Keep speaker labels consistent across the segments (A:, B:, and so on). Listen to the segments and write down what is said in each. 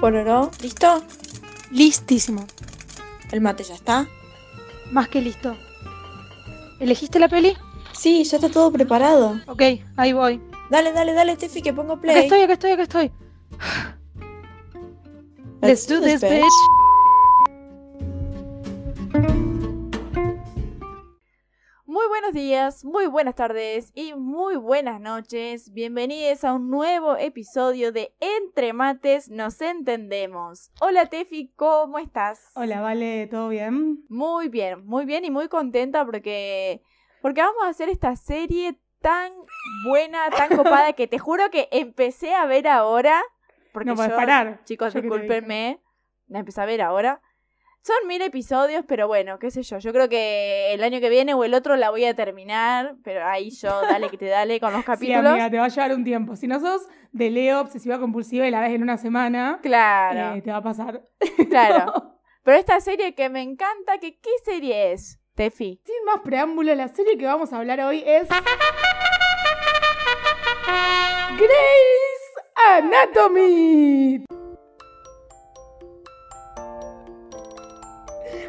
A: Pororó, ¿listo?
B: Listísimo.
A: ¿El mate ya está?
B: Más que listo. ¿Elegiste la peli?
A: Sí, ya está todo preparado.
B: Ok, ahí voy.
A: Dale, dale, dale, Tefi, que pongo
B: Acá
A: play.
B: estoy, acá estoy, acá estoy. Let's do this, bitch.
C: Muy buenos días, muy buenas tardes y muy buenas noches. Bienvenidos a un nuevo episodio de Entre Mates Nos Entendemos. Hola Tefi, ¿cómo estás?
D: Hola, Vale, ¿todo bien?
C: Muy bien, muy bien y muy contenta porque, porque vamos a hacer esta serie tan buena, tan copada, que te juro que empecé a ver ahora. Porque
D: No pues, puedes
C: yo-
D: parar.
C: Chicos,
D: Yo que te dije.
C: discúlpenme. La empecé a ver ahora. Son mil episodios, pero bueno, qué sé yo. Yo creo que el año que viene o el otro la voy a terminar. Pero ahí yo, dale que te dale con los
D: Sí,
C: capítulos.
D: amiga, te va a llevar un tiempo. Si no sos de Leo, obsesiva compulsiva y la ves en una semana,
C: claro,
D: eh, te va a pasar.
C: claro. Pero esta serie que me encanta, que ¿qué serie es, Tefi?
D: Sin más preámbulo, la serie que vamos a hablar hoy es. Grace Anatomy.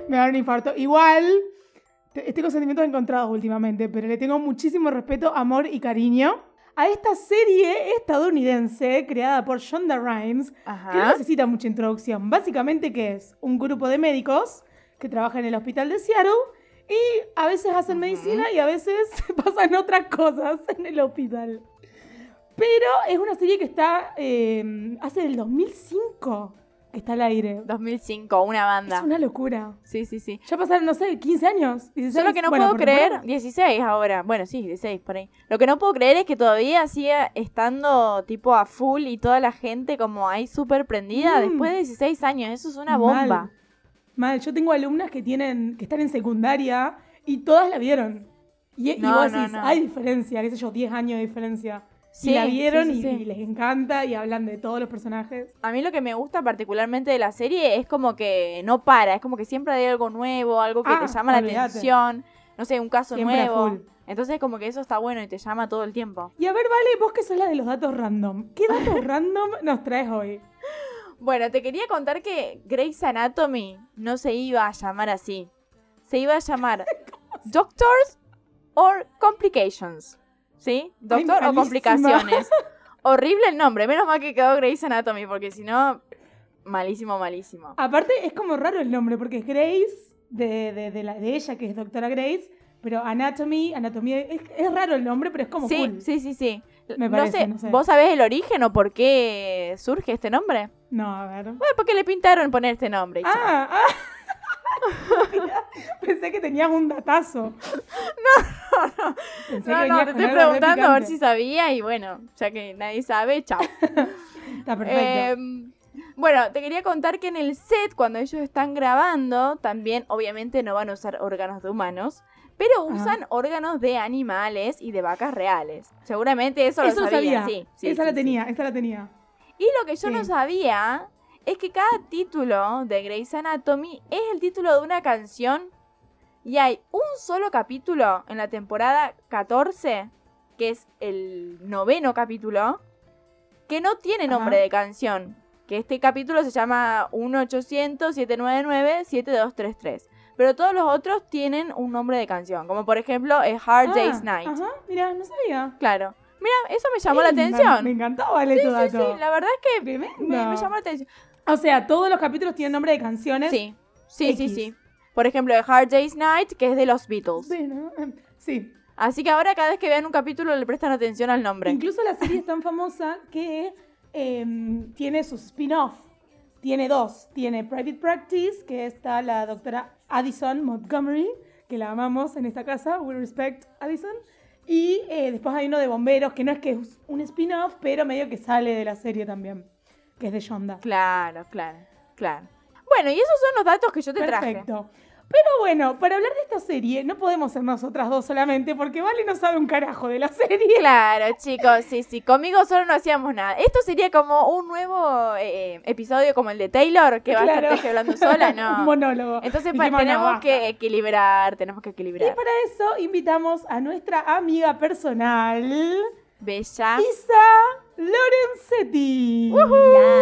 D: Me va a dar un infarto. Igual, te- tengo sentimientos encontrados últimamente, pero le tengo muchísimo respeto, amor y cariño a esta serie estadounidense creada por Shonda Rhimes que no
C: Ajá.
D: necesita mucha introducción. Básicamente, que es? Un grupo de médicos que trabajan en el hospital de Seattle y a veces hacen medicina y a veces pasan otras cosas en el hospital. Pero es una serie que está eh, hace del 2005 que está al aire.
C: 2005, una banda.
D: Es una locura.
C: Sí, sí, sí.
D: Ya pasaron, no sé, 15 años. 16.
C: Yo lo que no
D: Bueno,
C: puedo
D: por
C: creer,
D: temporada.
C: 16 ahora, bueno, sí, 16 por ahí. Lo que no puedo creer es que todavía sigue estando tipo a full y toda la gente como ahí súper prendida
D: Mm.
C: después de 16 años, eso es una bomba.
D: Mal. Mal, yo tengo alumnas que tienen, que están en secundaria y todas la vieron. Y, y
C: No,
D: vos
C: no,
D: decís,
C: no.
D: hay diferencia, qué sé yo, 10 años de diferencia.
C: Sí,
D: y la vieron
C: sí, sí,
D: y,
C: sí.
D: y les encanta y hablan de todos los personajes.
C: A mí lo que me gusta particularmente de la serie es como que no para, es como que siempre hay algo nuevo, algo que
D: Ah,
C: te llama la
D: olvídate.
C: atención, no sé, un caso
D: Siempre a
C: nuevo.
D: full.
C: Entonces como que eso está bueno y te llama todo el tiempo.
D: Y a ver, Vale, vos que sos la de los datos random. ¿Qué datos random nos traes hoy?
C: Bueno, te quería contar que Grey's Anatomy no se iba a llamar así. Se iba a llamar Doctors or Complications. ¿Sí? Doctor o
D: malísima.
C: Complicaciones. Horrible el nombre. Menos mal que quedó Grey's Anatomy, porque si no, malísimo, malísimo.
D: Aparte, es como raro el nombre, porque es Grace, de, de, de la, de ella, que es doctora Grace, pero Anatomy, Anatomía, es, es raro el nombre, pero es como
C: sí,
D: cool.
C: sí, sí, sí.
D: Me
C: no, sé,
D: parece, no sé.
C: ¿vos sabés el origen o por qué surge este nombre?
D: No, a ver.
C: Bueno, porque le pintaron poner este nombre. y chao.
D: Ah, ah. Pensé que tenías un datazo.
C: no.
D: Pensé
C: no, no,
D: que venías
C: te
D: con
C: estoy
D: algo re
C: preguntando a ver si
D: picante.
C: sabía y bueno, ya que nadie sabe, chao.
D: Está perfecto.
C: Eh, bueno, te quería contar que en el set, cuando ellos están grabando, también obviamente no van a usar órganos de humanos, pero usan órganos de animales y de vacas reales. Seguramente eso,
D: Eso
C: lo
D: lo
C: sabían,
D: sabía.
C: sí. sí,
D: esa
C: sí,
D: la
C: sí.
D: tenía, esa la tenía.
C: Y lo que yo no
D: Sí.
C: sabía es que cada título de Grey's Anatomy es el título de una canción y hay un solo capítulo en la temporada 14, que es el noveno capítulo, que no tiene nombre
D: Ajá.
C: de canción. Que este capítulo se llama 1-800-799-7233. Pero todos los otros tienen un nombre de canción, como por ejemplo eh, Hard Day's
D: Ah,
C: Night.
D: Ajá, mira, no sabía.
C: Claro. Mira, eso me llamó la
D: Sí, me-
C: atención.
D: Me encantó, vale, tu
C: sí,
D: dato.
C: sí, la verdad es que
D: Tremendo.
C: me, me llamó la atención.
D: O sea, todos los capítulos tienen nombre de canciones.
C: Sí, sí, sí,
D: X.
C: sí. Por ejemplo, de Hard Day's Night, que es de los Beatles.
D: Bueno, eh, sí.
C: Así que ahora cada vez que vean un capítulo le prestan atención al nombre.
D: Incluso la serie es tan famosa que em, tiene su spin-off. Tiene dos. Tiene Private Practice, que está la doctora Addison Montgomery, que la amamos en esta casa. We respect Addison. Y eh, después hay uno de bomberos, que no es que es un spin-off, pero medio que sale de la serie también, que es de Shonda.
C: Claro, claro, claro. Bueno, y esos son los datos que yo te traje.
D: Perfecto. Pero bueno, para hablar de esta serie, no podemos ser nosotras dos solamente, porque Vale no sabe un carajo de la serie.
C: Claro, chicos, sí, sí, conmigo solo no hacíamos nada. Esto sería como un nuevo eh, episodio como el de Taylor, que va a estar
D: Claro.
C: Teje hablando sola,
D: Un
C: ¿no?
D: monólogo.
C: Entonces
D: Y
C: pa-
D: dijimos, no,
C: tenemos
D: basta.
C: que equilibrar, tenemos que equilibrar.
D: Y para eso invitamos a nuestra amiga personal,
E: Ah.
C: Bella.
D: Isa Lorenzetti.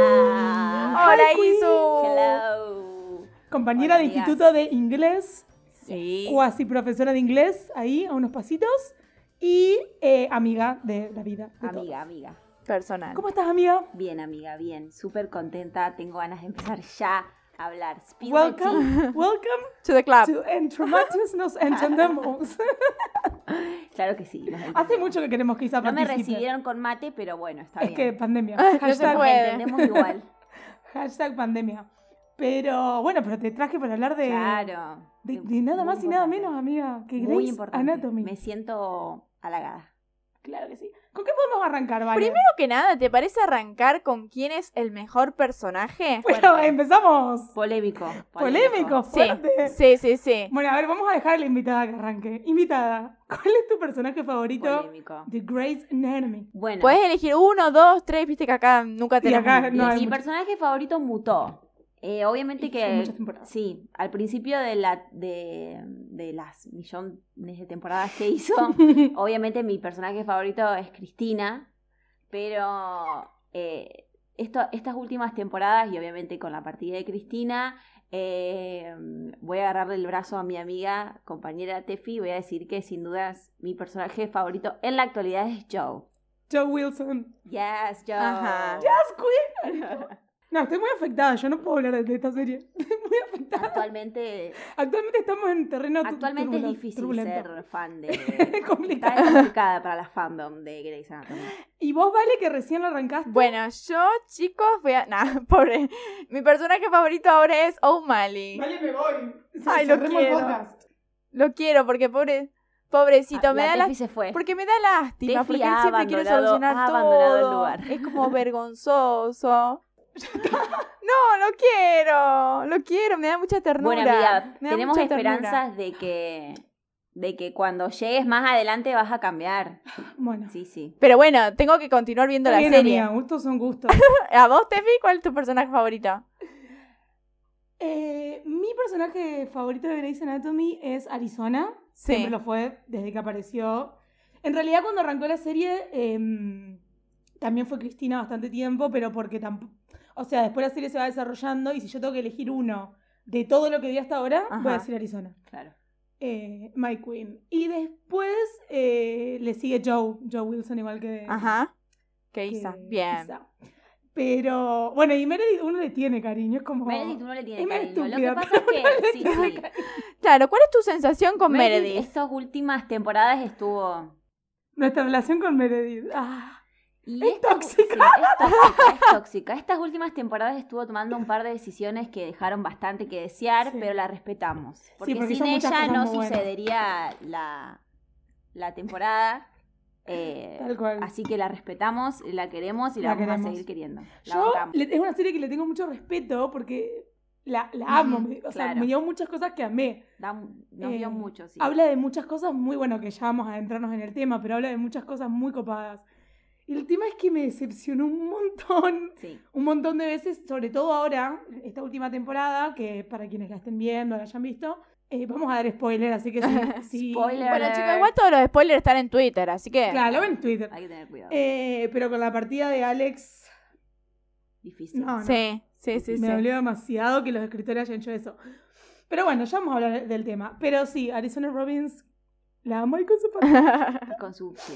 E: Ya.
C: Hola,
D: Hi, Queen.
C: Isu.
E: Hello.
D: Compañera de
E: Buenos días.
D: instituto de inglés,
C: Sí.
D: cuasi profesora de inglés, ahí a unos pasitos, y eh, amiga de la vida. de todos.
E: Amiga, amiga.
C: Personal.
D: ¿Cómo estás, amiga?
E: Bien, amiga, bien. Súper contenta. Tengo ganas de empezar ya a hablar. Spill the tea.
D: Welcome, welcome
C: To the club.
E: Ah.
D: to Entromatius, nos entendemos.
E: Claro que sí. nos
D: Hace
E: entendemos.
D: mucho que queremos que Isa
E: No me
D: participe.
E: recibieron con mate, pero bueno, está
D: Es que
E: bien.
D: pandemia.
C: No se
D: Hashtag,
C: puede.
E: Nos entendemos igual.
D: hashtag pandemia. Pero bueno, pero te traje para hablar de,
E: Claro.
D: de, de nada
E: Muy
D: más y nada
E: importante.
D: menos, amiga, que
E: Muy
D: Grey's
E: importante.
D: Anatomy.
E: Me siento halagada.
D: Claro que sí. ¿Con qué podemos arrancar, Vale?
C: Primero que nada, ¿te parece arrancar con quién es el mejor personaje?
D: bueno, empezamos.
E: Polémico.
D: Polémico,
C: Sí,
D: fuerte.
C: sí, sí, sí.
D: Bueno, a ver, vamos a dejar a la invitada que arranque. Invitada, ¿cuál es tu personaje favorito
E: Polémico.
D: de Grey's Anatomy?
E: Bueno,
C: Puedes elegir uno, dos, tres, viste que acá nunca
D: Y
C: tenemos.
D: acá
C: un-
D: no hay
E: mi
D: mucho.
E: personaje favorito mutó. Eh, obviamente
D: Y son muchas
E: que.
D: temporadas.
E: Sí, al principio de, la, de, de las millones de temporadas que hizo, obviamente mi personaje favorito es Cristina, pero eh, esto, estas últimas temporadas y obviamente con la partida de Cristina, eh, voy a agarrarle el brazo a mi amiga, compañera Tefi, y voy a decir que sin dudas mi personaje favorito en la actualidad es Joe.
D: Joe Wilson.
E: Yes, Joe.
C: Ajá.
D: Yes, queen. No, estoy muy afectada, yo no puedo hablar de esta serie. Estoy muy afectada.
E: Actualmente,
D: Actualmente estamos en terreno tu-
E: actualmente es
D: turbulen-
E: difícil
D: turbulento.
E: ser fan de...
D: complicado.
E: Está complicada para la fandom de Grey's Anatomy.
D: Y vos, Vale, que recién arrancaste.
C: Bueno, yo, chicos, voy a. Nah, pobre. Mi personaje favorito ahora es O'Malley.
D: Vale, me voy. Se-
C: Ay, lo
D: cerremos el
C: quiero.
D: podcast.
C: Lo quiero porque, pobre. Pobrecito,
E: Ah,
C: me
E: la
C: da la.
E: Tefi se fue.
C: Porque me da lástima,
E: Tefi
C: porque
E: ha
C: él siempre quiere
E: abandonado-
C: solucionar
E: ha abandonado el
C: todo.
E: lugar.
C: Es como vergonzoso. no, lo quiero. Lo quiero, me da mucha ternura.
E: Bueno, amiga,
C: me da
E: tenemos
C: mucha ternura.
E: esperanzas de que, de que cuando llegues más adelante vas a cambiar.
D: Bueno.
E: Sí, sí.
C: Pero bueno, tengo que continuar viendo la
D: Está bien,
C: serie.
D: amiga, gustos son gustos.
C: ¿A vos, Tefi, cuál es tu personaje favorito?
D: Eh, mi personaje favorito de Grey's Anatomy es Arizona.
C: Sí.
D: Siempre lo fue desde que apareció. En realidad, cuando arrancó la serie, em, también fue Cristina bastante tiempo, pero porque tampoco. O sea, después la serie se va desarrollando y si yo tengo que elegir uno de todo lo que vi hasta ahora, voy a
C: Ajá.
D: decir Arizona.
E: Claro.
D: Eh, My Queen. Y después eh, le sigue Joe, Joe Wilson, igual que.
C: Ajá. Que
D: que
C: Isa. Bien.
D: Isa. Eh, Pero bueno, y Meredith uno le tiene cariño, es como.
E: Meredith no le tiene
D: Es más
E: cariño. Lo que
D: estúpida,
E: pasa es que... Sí, sí.
C: Claro, ¿cuál es tu sensación con Meredith?
E: Estas últimas temporadas estuvo...
D: Nuestra relación con Meredith. Ah,
E: Y
D: Es
E: esta-
D: tóxica.
E: sí, es tóxica, es tóxica. Estas últimas temporadas estuvo tomando un par de decisiones que dejaron bastante que desear,
D: Sí.
E: pero la respetamos. Porque,
D: porque hizo
E: sin
D: muchas
E: ella
D: cosas
E: no
D: muy buenas.
E: sucedería la, la temporada. eh,
D: tal cual.
E: así que la respetamos, la queremos y la,
D: La
E: vamos
D: queremos.
E: a seguir queriendo. La
D: Yo
E: bancamos.
D: le- es una serie que le tengo mucho respeto porque la, la amo.
E: Ujú,
D: me- o sea,
E: claro.
D: me dio muchas cosas que amé.
E: Da- nos
D: Eh,
E: dio mucho, sí.
D: Habla de muchas cosas muy, bueno, que ya vamos a adentrarnos en el tema, pero habla de muchas cosas muy copadas. Y el tema es que me decepcionó un montón,
E: Sí.
D: un montón de veces, sobre todo ahora, esta última temporada, que para quienes la estén viendo, la hayan visto, eh, vamos a dar spoiler, así que sí. sí.
E: Spoiler.
C: Bueno, chicos, igual todos los spoilers están en Twitter, así que.
D: Claro, lo ven en Twitter.
E: Hay que tener cuidado.
D: Eh, pero con la partida de Alex
E: Difícil.
D: no,
C: Sí, sí, sí.
D: me
C: sí.
D: dolió demasiado que los escritores hayan hecho eso. Pero bueno, ya vamos a hablar del tema. Pero sí, Arizona Robbins la amo y con su pareja
E: Con su... sí.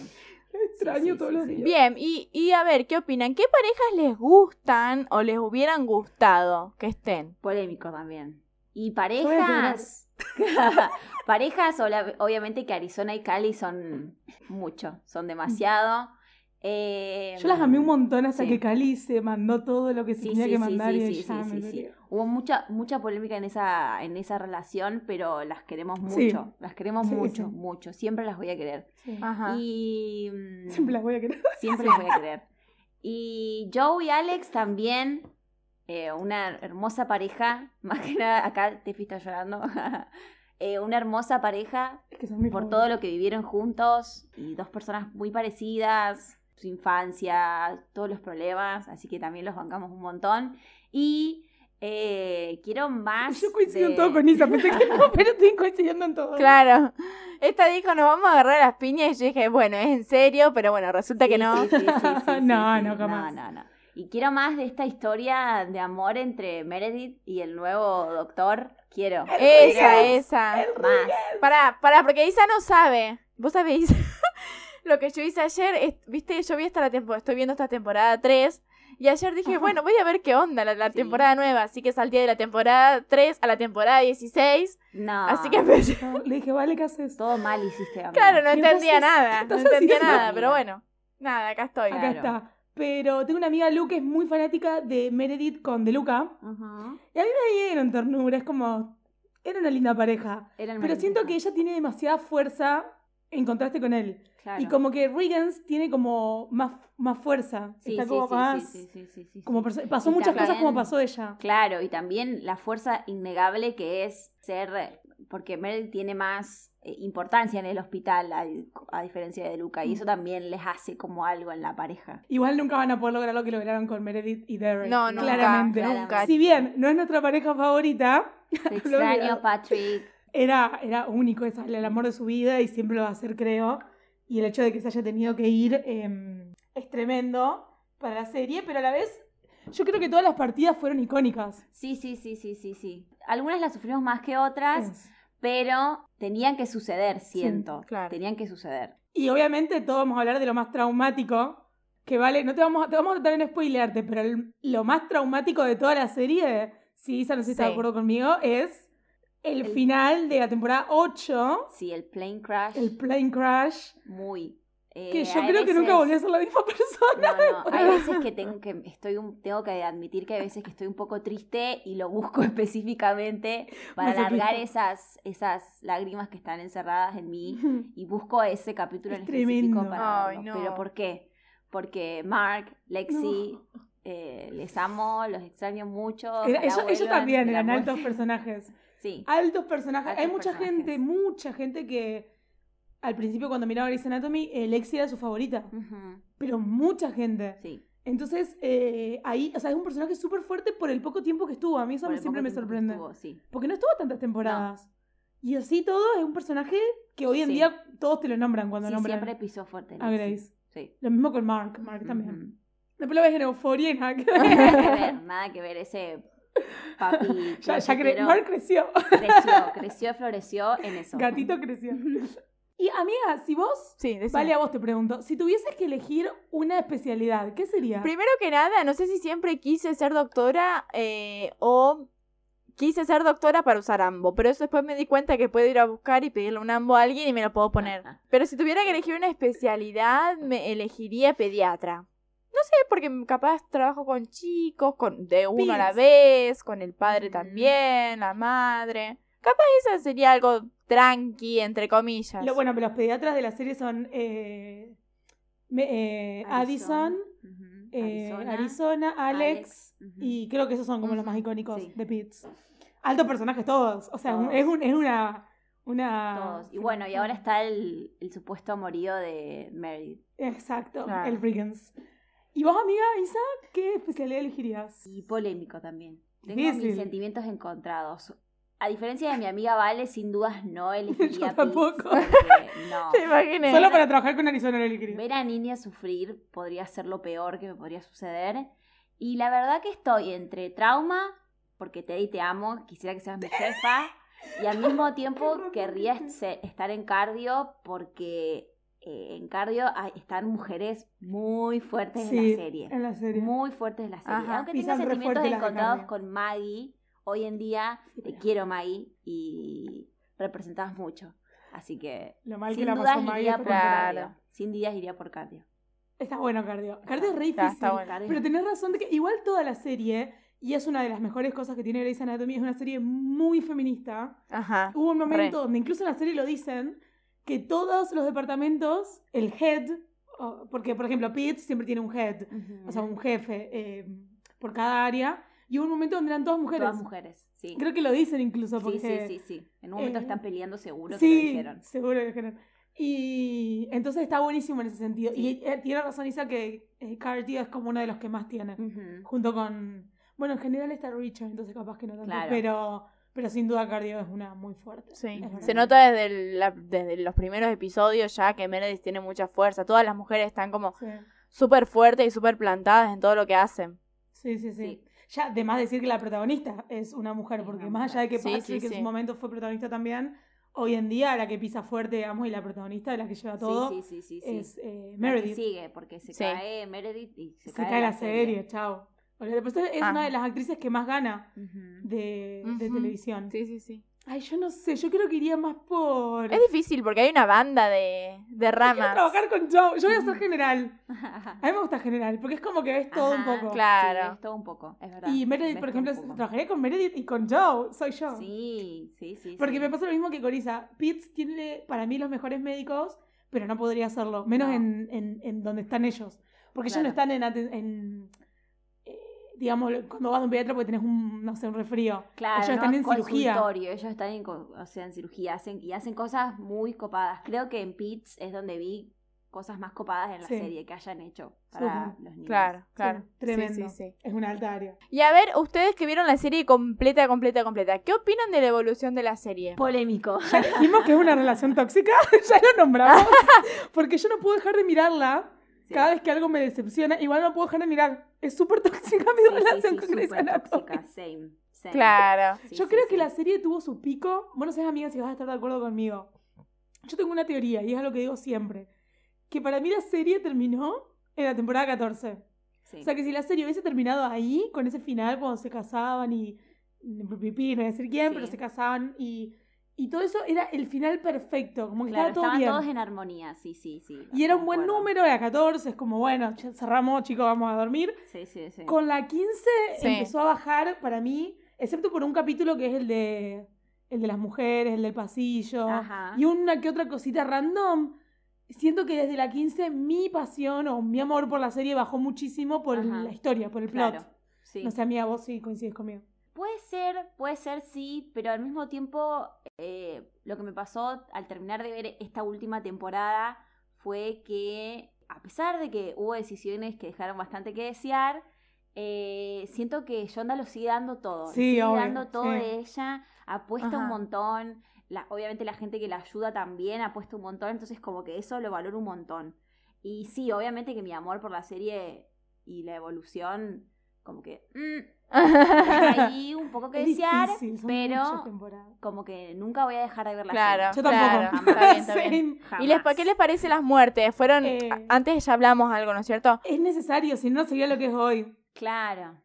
D: la extraño
E: sí, sí,
D: todos los
E: sí.
D: días.
C: Bien, y, y a ver, ¿qué opinan? ¿Qué parejas les gustan o les hubieran gustado que estén?
E: Polémico también. Y
D: voy a llorar.
E: parejas. parejas, ola- obviamente que Arizona y Cali son mucho, son demasiado. Eh,
D: Yo las amé un montón hasta
E: Sí.
D: que Cali se mandó todo lo que se
E: Sí,
D: tenía
E: sí,
D: que
E: sí,
D: mandar
E: sí,
D: y
E: sí,
D: ella
E: sí,
D: me
E: sí, sí.
D: dolió.
E: Hubo mucha, mucha polémica en esa, en esa relación, pero las queremos mucho.
D: Sí.
E: Las queremos
D: Sí,
E: mucho,
D: sí.
E: mucho. Siempre las voy a querer.
D: Sí.
C: Ajá.
E: Y. mm,
D: Siempre las voy a querer.
E: Siempre les voy a querer. Y Joe y Alex también, eh, una hermosa pareja, más que nada, acá Tefi está llorando, Eh, una hermosa pareja
D: Es que son mis
E: por
D: favoritas.
E: todo lo que vivieron juntos y dos personas muy parecidas, su infancia, todos los problemas, así que también los bancamos un montón. Y Eh, quiero más.
D: Yo coincido en
E: de-
D: todo con Isa, pensé que no, pero estoy coincidiendo en todo.
C: Claro. Esta dijo, nos vamos a agarrar a las piñas. Y yo dije, bueno, es en serio, pero bueno, resulta que
E: Sí,
C: no.
E: sí, sí, sí, sí,
D: No,
E: sí,
D: no, jamás.
E: No, no, no. Y quiero más de esta historia de amor entre Meredith y el nuevo doctor. Quiero.
C: Esa, esa.
E: Más.
C: Pará, pará, porque Isa no sabe. Vos sabéis. Lo que yo hice ayer, es- viste, yo vi hasta la temporada, estoy viendo esta temporada 3. Y ayer dije, bueno, voy a ver qué onda la, la
E: Sí.
C: temporada nueva. Así que salté de la temporada 3 a la temporada 16.
E: No.
C: Así que empecé.
D: No, Le dije, vale, ¿qué haces?
E: Todo mal hiciste, amiga.
C: Claro, no
D: Y
C: entendía
D: entonces,
C: nada. No
D: estás
C: entendía
D: haciendo-
C: nada, pero bueno. Nada, acá estoy.
D: Acá
E: claro.
D: está. Pero tengo una amiga Lu que es muy fanática de Meredith con De Luca.
E: Ujú.
D: Y a mí me dieron ternura, es como. Era una linda pareja.
E: Era el
D: Pero
E: Meredith.
D: siento que ella tiene demasiada fuerza en contraste con él.
E: Claro.
D: Y como que Riggins tiene como más, más fuerza.
E: Sí,
D: Está
E: sí,
D: como
E: sí,
D: más.
E: sí, sí, sí, sí, sí,
D: Como
E: sí.
D: perso- pasó
E: Y
D: muchas cosas
E: también-
D: como pasó ella.
E: Claro, y también la fuerza innegable que es ser, porque Meredith tiene más eh, importancia en el hospital, a, a diferencia de Luca,
D: Mm.
E: y eso también les hace como algo en la pareja.
D: Igual nunca van a poder lograr lo que lograron con Meredith y Derek.
C: No, nunca,
D: claramente.
E: claramente.
D: Si bien no es nuestra pareja favorita,
E: Te extraño,
D: olvidado.
E: Patrick.
D: era, era único, es el amor de su vida y siempre lo va a ser, creo. Y el hecho de que se haya tenido que ir eh, es tremendo para la serie, pero a la vez yo creo que todas las partidas fueron icónicas.
E: Sí, sí, sí, sí, sí, sí. Algunas las sufrimos más que otras, pero tenían que suceder, siento.
C: claro.
E: Tenían que suceder.
D: Y obviamente todos vamos a hablar de lo más traumático, que vale, no te vamos a, te vamos a tratar de no spoilearte, pero el- lo más traumático de toda la serie, si Isa no sé si está de
C: Sí.
D: acuerdo conmigo, es el,
E: El-
D: final de la temporada 8,
E: Sí, el plane crash,
D: el plane crash,
E: muy. eh,
D: que yo
E: hay
D: creo que nunca
E: veces-
D: volvió a ser la misma persona.
E: No, no, hay veces que tengo que estoy un- tengo que admitir que hay veces que estoy un poco triste y lo busco específicamente para
D: Masoquista.
E: alargar esas esas lágrimas que están encerradas en mí y busco ese capítulo
D: Es
E: en específico
D: tremendo.
E: para
C: Ay,
E: verlo.
C: no.
E: pero ¿por qué? Porque Mark, Lexi eh, les amo, los extraño mucho.
D: Era-
E: ojalá
D: Eh, ellos, ellos
E: vuelvan,
D: también Ah.
E: el
D: eran
E: amor-
D: altos personajes.
E: Sí.
D: Altos personajes.
E: Altos
D: Hay mucha
E: personajes.
D: gente, mucha gente que al principio cuando miraba Grey's Anatomy, eh, Lexi era su favorita.
E: Ujú,
D: Pero mucha gente.
E: sí.
D: Entonces, eh, ahí, o sea, es un personaje súper fuerte por el poco tiempo que estuvo. A mí eso
E: Por
D: me-
E: el
D: siempre
E: poco
D: me
E: tiempo que
D: sorprende.
E: estuvo, sí.
D: Porque no estuvo tantas temporadas. Y así todo, es un personaje que hoy en
E: Sí.
D: día todos te lo nombran cuando
E: Sí,
D: nombran
E: siempre pisó fuerte.
D: a
E: Lexi.
D: Grace.
E: Sí.
D: Lo mismo con Mark, Mark también.
E: Ujú.
D: Después lo ves en Euforia y nada que ver.
E: nada que ver, nada que ver ese papi.
D: Ya, ya cre-
E: clasicero
D: Mark creció.
E: creció, creció, floreció en eso. Ah,
D: Gatito creció. Y amiga, si vos,
C: Sí, decime.
D: vale, a vos te pregunto, si tuvieses que elegir una especialidad, ¿qué sería?
C: Primero que nada, no sé si siempre quise ser doctora eh, o quise ser doctora para usar ambo, pero eso después me di cuenta que puedo ir a buscar y pedirle un ambo a alguien y me lo puedo poner.
E: Ajá.
C: Pero si tuviera que elegir una especialidad, me elegiría pediatra. No sé, porque capaz trabajo con chicos, con de uno a la
D: Pits.
C: vez, con el padre
E: Ujú.
C: también, la madre. Capaz esa sería algo tranqui, entre comillas.
D: Lo, bueno, pero los pediatras de la serie son eh, me- eh, Addison,
E: ujú,
D: eh,
E: Arizona.
D: Arizona, Alex,
E: Alex, ujú.
D: y creo que esos son como los más
E: Ujú,
D: icónicos
E: sí.
D: de Pitts. Altos personajes todos, o sea,
E: Todos.
D: Es, un- es una... una
E: Todos. Y bueno, y ahora está el, el supuesto amorío de Meredith.
D: Exacto,
C: Claro.
D: el Riggins. ¿Y vos, amiga Isa, qué especialidad elegirías?
E: Y polémico también. Tengo
D: Difícil.
E: mis sentimientos encontrados. A diferencia de mi amiga Vale, sin dudas
D: Yo
E: no elegiría Pitts,
D: tampoco.
E: porque no.
C: Te imaginé.
D: Solo para trabajar con Arizona lo elegiría.
E: Ver a Niña sufrir podría ser lo peor que me podría suceder. Y la verdad que estoy entre trauma, porque Teddy te amo, quisiera que seas mi jefa, y al mismo tiempo querría est- se- estar en cardio, porque eh, en cardio hay- están mujeres muy fuertes en la serie.
D: en la serie.
E: Muy fuertes en la serie.
C: Ajá.
E: Aunque
D: Y
E: tenga
D: son re
E: sentimientos
D: fuertes las de
E: encontrados
D: cardio.
E: con Maggie, hoy en día
D: Sí,
E: te
D: pero-
E: quiero Maggie y representabas mucho. Así que
D: Lo mal que
E: sin
D: la
E: dudas
D: pasó Maggie
E: iría por
D: después de
C: Claro.
E: cardio. Sin dudas iría por cardio.
D: Está bueno cardio. Cardio es re
C: Está-
D: difícil.
C: está bueno.
E: Cardio.
D: Pero tenés razón de que igual toda la serie, y es una de las mejores cosas que tiene Grey's Anatomy, es una serie muy feminista.
C: Ajá.
D: Hubo un momento donde incluso en la serie lo dicen, que todos los departamentos, el head, o- porque por ejemplo Pitts siempre tiene un head, o sea, un jefe eh, por cada área, y hubo un momento donde eran todas mujeres.
E: Todas mujeres, sí.
D: Creo que lo dicen incluso
E: sí,
D: porque...
E: sí, sí, sí. En un momento
D: eh,
E: están peleando seguro que lo
D: Sí,
E: dijeron.
D: seguro que lo dijeron. Y entonces está buenísimo en ese
E: Mm.
D: sentido. Y eh, tiene razón Isa que eh, Cardio es como uno de los que más tiene.
E: Ujú.
D: Junto con... Bueno, en general está Richard, entonces capaz que no tanto.
E: Claro.
D: Pero, pero sin duda Cardio es una muy fuerte.
C: Sí.
D: Es
C: Se
D: verdad.
C: nota desde, el- la- desde los primeros episodios ya que Meredith tiene mucha fuerza. Todas las mujeres están como
D: Sí.
C: súper fuertes y súper plantadas en todo lo que hacen.
D: Sí, sí, sí.
E: Sí.
D: Ya, además decir que la protagonista es una mujer,
E: Es
D: porque
E: una
D: más allá de que
C: mujer. Sí,
D: Patrick
C: sí,
D: en
C: sí.
D: su momento fue protagonista también, hoy en día la que pisa fuerte, digamos, y la protagonista, la que lleva todo,
E: Sí, sí, sí, sí. sí.
D: es eh,
E: La que
D: Meredith. Se,
E: Sigue, porque se
C: Sí.
E: cae Meredith y se,
D: cae, la serie, chao. Olvídate, pero esta es
C: Ah.
D: una de las actrices que más gana
E: Ujú.
D: de, de
C: Ujú.
D: televisión.
C: Sí, sí, sí.
D: Ay, yo no sé, yo creo que iría más por...
C: Es difícil porque hay una banda de, de
D: Quiero
C: ramas.
D: trabajar con Joe, yo voy a ser general. A mí me gusta general, porque es como que ves todo
E: Ajá,
D: un poco.
C: Claro.
E: Sí, ves todo un poco, es verdad.
D: Y Meredith,
E: Ves
D: por
E: todo un
D: ejemplo,
E: poco.
D: trabajaría con Meredith y con Joe, soy yo.
E: Sí, sí, sí.
D: Porque
E: sí.
D: me pasa lo mismo que con Isa. Pitts tiene para mí los mejores médicos, pero no podría hacerlo. Menos
E: No.
D: en, en- en donde están ellos. Porque ellos no están
E: Claro.
D: en. aten- en, eh, digamos, cuando vas a un pediatra porque tenés un, no sé, un resfrío.
E: Claro,
D: ellos
E: no
D: están en cirugía.
E: consultorio, ellos están en, co- o sea, en cirugía hacen, y hacen cosas muy copadas. Creo que en Pitts es donde vi cosas más copadas en la
D: Sí.
E: serie que hayan hecho para
D: Súper.
E: los niños.
C: Claro, claro.
D: Sí, tremendo.
C: Sí, sí, sí.
D: Es una alta área.
C: pues, Y a ver, ustedes que vieron la serie completa, completa, completa, ¿qué opinan de la evolución de la serie?
E: Polémico.
D: Ya dijimos que es una relación tóxica, ya lo nombramos. Porque yo no puedo dejar de mirarla
E: Sí.
D: cada vez que algo me decepciona. Igual no puedo dejar de mirar. Es súper tóxica mi
E: Sí, sí,
D: relación
E: sí,
D: con Grey's
E: súper
D: Anatomy.
E: tóxica, same, same.
C: Claro.
E: Sí,
D: yo
E: sí,
D: creo que
E: sí.
D: la serie tuvo su pico. Vos no sabés, amiga, si vas a estar de acuerdo conmigo. Yo tengo una teoría, y es algo que digo siempre. Que para mí la serie terminó en la temporada 14.
E: Sí.
D: O sea, que si la serie hubiese terminado ahí, con ese final, cuando se casaban y... Pipí, no voy a decir quién,
E: Sí.
D: pero se casaban y... Y todo eso era el final perfecto, como que
E: Claro,
D: estaba todo
E: estaban
D: bien.
E: todos en armonía, sí, sí, sí.
D: Y era un buen
E: concuerdo.
D: número, era 14, es como, bueno, ya cerramos, chicos, vamos a dormir.
E: Sí, sí, sí.
D: Con la 15
C: Sí.
D: empezó a bajar para mí, excepto por un capítulo que es el de el de las mujeres, el del pasillo
E: Ajá.
D: y una que otra cosita random. Siento que desde la 15 mi pasión o mi amor por la serie bajó muchísimo por
E: Ajá.
D: la historia, por el plot.
E: Claro, sí.
D: No sé, amiga, vos sí coincides conmigo.
E: Puede ser, puede ser sí, pero al mismo tiempo eh, lo que me pasó al terminar de ver esta última temporada fue que a pesar de que hubo decisiones que dejaron bastante que desear, eh, siento que Yonda lo sigue dando todo, le
D: Sí,
E: sigue
D: obvio,
E: dando todo
D: sí.
E: de ella, apuesta
C: Ajá.
E: un montón, la, obviamente la gente que la ayuda también apuesta un montón, entonces como que eso lo valoro un montón. Y sí, obviamente que mi amor por la serie y la evolución, como que... mm, deja ahí un poco que
D: Es
E: desear,
D: difícil, son muchas
E: pero
D: temporadas.
E: como que nunca voy a dejar de ver la
C: Claro.
D: Yo
E: serie.
C: claro, ah,
D: tampoco.
C: está bien, está
D: Sí.
C: bien.
E: Jamás.
C: ¿Y les, qué les parece las muertes? Fueron.
D: Eh.
C: a- Antes ya hablamos algo, ¿no es cierto?
D: Es necesario, si no sería lo que es hoy.
E: Claro.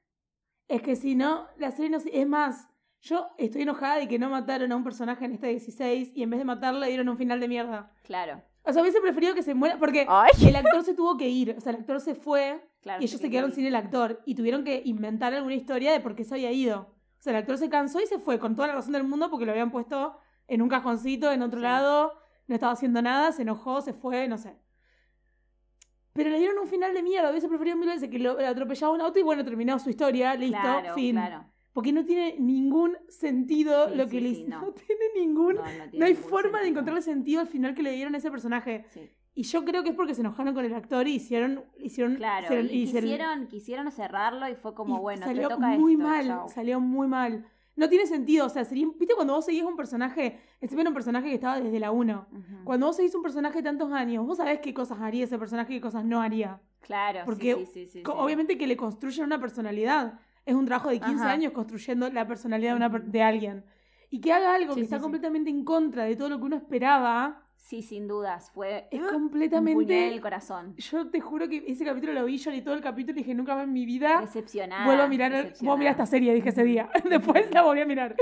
D: Es que si no, la serie no... se- Es más, yo estoy enojada de que no mataron a un personaje en esta 16 y en vez de matarlo le dieron un final de mierda.
E: Claro,
D: O sea, hubiese preferido que se muera porque
C: Ay.
D: el actor se tuvo que ir. O sea, el actor se fue
E: claro.
D: y ellos se quedaron sin el actor y tuvieron que inventar alguna historia de por qué se había ido. O sea, el actor se cansó y se fue con toda la razón del mundo porque lo habían puesto en un cajoncito, en otro
E: Sí.
D: lado, no estaba haciendo nada, se enojó, se fue, no sé. Pero le dieron un final de mierda, hubiese preferido mil veces que lo atropellaba un auto y bueno, terminó su historia, listo,
E: Claro,
D: fin.
E: claro.
D: Porque no tiene ningún sentido
E: Sí,
D: lo
E: sí,
D: que le
E: sí,
D: hicieron.
E: no.
D: no. tiene ningún...
E: No,
D: No,
E: no tiene
D: hay
E: ningún
D: forma de
E: sentido.
D: encontrarle sentido al final que le dieron a ese personaje.
E: Sí.
D: Y yo creo que es porque se enojaron con el actor y hicieron... hicieron
E: Claro,
D: hicieron-
E: y
D: hicieron-
E: quisieron, quisieron cerrarlo y fue como,
D: y
E: bueno,
D: salió
E: te toca
D: muy
E: esto,
D: mal,
E: chau.
D: salió muy mal. No tiene sentido, o sea, sería, viste cuando vos seguís un personaje, encima era un personaje que estaba desde la 1.
E: Ujú.
D: Cuando vos seguís un personaje tantos años, vos sabés qué cosas haría ese personaje y qué cosas no haría.
E: Claro, sí,
D: porque
E: sí, sí, sí,
D: Co-
E: sí.
D: Obviamente que le construyen una personalidad. Es un trabajo de 15
C: Ajá.
D: años construyendo la personalidad de, una per- de alguien. Y que haga algo
C: Sí,
D: que
C: sí,
D: está
C: sí.
D: completamente en contra de todo lo que uno esperaba,
E: Sí, sin dudas, fue
D: es
E: Ah, un puñal en el
D: completamente...
E: corazón.
D: Yo te juro que ese capítulo lo vi, lloré todo el capítulo y dije, nunca más en mi vida
E: Decepcionada.
D: vuelvo a mirar, voy a mirar esta
E: decepcionada.
D: serie, dije ese día. Después la volví a mirar.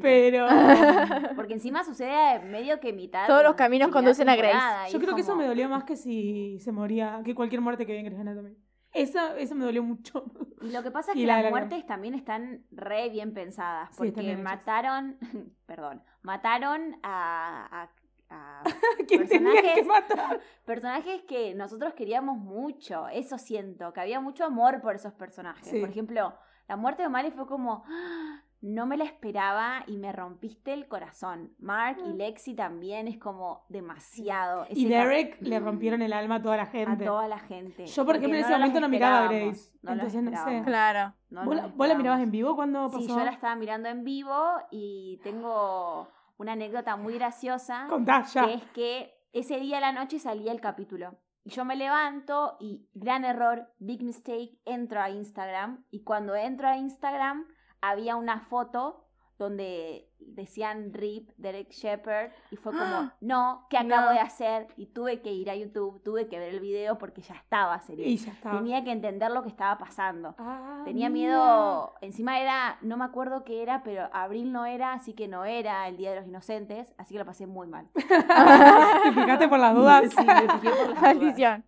D: Pero
E: Porque encima sucede medio que mitad.
C: Todos
E: de
C: los caminos
E: mitad
C: conducen a Grace.
E: temporada, y
D: yo
E: es
D: creo que eso
E: como-
D: me dolió más que si se moría, que cualquier muerte que vi en Grey's Anatomy. Esa, esa me dolió mucho.
E: Y lo que pasa es
D: Y
E: que
D: la
E: las
D: larga.
E: muertes también están re bien pensadas.
D: Sí, están
E: Porque
D: bien hechas.
E: mataron, perdón, mataron a, a- a
D: ¿Quién tenía que
E: Personajes.
D: matar?
E: personajes que nosotros queríamos mucho. Eso siento, que había mucho amor por esos personajes.
D: Sí.
E: Por ejemplo, la muerte de O'Malley fue como, "Ah, no me la esperaba y me rompiste el corazón. Mark y Lexi también es como demasiado.
D: Mm. Y
E: Ese
D: Derek
E: cap-
D: le rompieron el alma a toda la
E: mm, a
D: gente.
E: toda la gente.
D: Yo, por
E: porque
D: ejemplo, en ese
E: los
D: momento no miraba a
E: esperábamos,
D: Grace,
E: no los
D: entonces no sé.
E: esperábamos,
C: Claro.
E: no
D: ¿Vos,
E: los
D: la, vos la mirabas
E: esperábamos.
D: en vivo cuando pasó?
E: Sí, yo la estaba mirando en vivo y tengo una anécdota muy graciosa.
D: Contá, ya.
E: que es que ese día a la noche salía el capítulo. Y yo me levanto y gran error, big mistake, entro a Instagram y cuando entro a Instagram había una foto donde decían RIP Derek Shepard y fue como, no, ¿qué acabo
C: No.
E: de hacer? Y tuve que ir a YouTube, tuve que ver el video porque ya estaba
D: Y
E: serio.
D: ya estaba.
E: Tenía que entender lo que estaba pasando.
D: Ah,
E: Tenía
D: mira.
E: miedo, encima era, no me acuerdo qué era, pero abril no era, así que no era el Día de los Inocentes, así que lo pasé muy mal.
D: Te fijaste por las dudas.
E: Sí, me fijé por las dudas.
C: Maldición.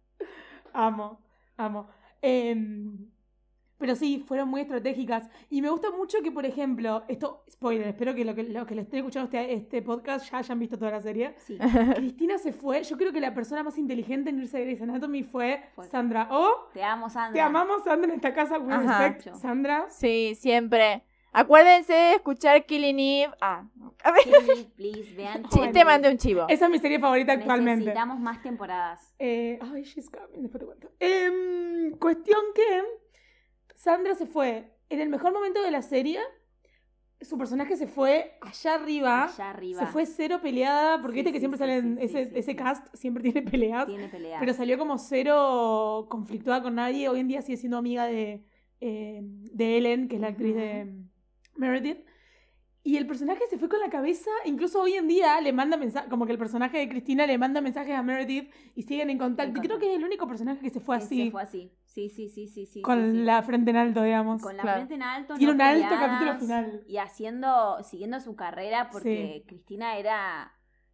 D: Amo, amo. Em, pero sí, fueron muy estratégicas. Y me gusta mucho que, por ejemplo, esto, spoiler, espero que los que, lo que les estén escuchando este, este podcast ya hayan visto toda la serie.
E: Sí.
D: Cristina se fue. Yo creo que la persona más inteligente en irse de Grey's Anatomy fue
E: Fue.
D: Sandra Oh.
E: Te amo, Sandra.
D: Te amamos, Sandra, en esta casa. We
C: Ajá.
D: respect, Sandra.
C: Sí, siempre. Acuérdense de escuchar Killing Eve. Ah, a ver,
E: Kimmy, please, vean.
C: sí,
E: Kimmy.
C: te mandé un chivo.
D: Esa es mi serie favorita actualmente.
E: Necesitamos más temporadas.
D: Eh, ay, she's coming, después te cuento. Em, cuestión que Sandra se fue en el mejor momento de la serie. Su personaje se fue allá arriba.
E: Allá arriba.
D: Ah, Se fue cero peleada, porque
E: Sí,
D: viste que
E: sí,
D: siempre
E: sí,
D: salen,
E: sí, sí,
D: ese,
E: sí,
D: ese
E: sí.
D: cast siempre tiene peleas,
E: Tiene pelea.
D: pero salió como cero conflictuada con nadie. Hoy en día sigue siendo amiga de, eh, de Ellen, que es la actriz de
E: Ujú.
D: mm, Meredith. Y el personaje se fue con la cabeza, incluso hoy en día le manda mensajes, como que el personaje de Cristina le manda mensajes a Meredith y siguen en contacto. Y creo que es el único personaje que se fue
E: Ese
D: así,
E: fue así. Sí, sí, sí, sí, sí.
D: con
E: sí, sí.
D: la frente en alto, digamos.
E: Con la
C: Claro.
E: frente en alto.
D: Tiene
E: no
D: un alto
E: peleadas,
D: capítulo final.
E: Y haciendo, siguiendo su carrera, porque Cristina era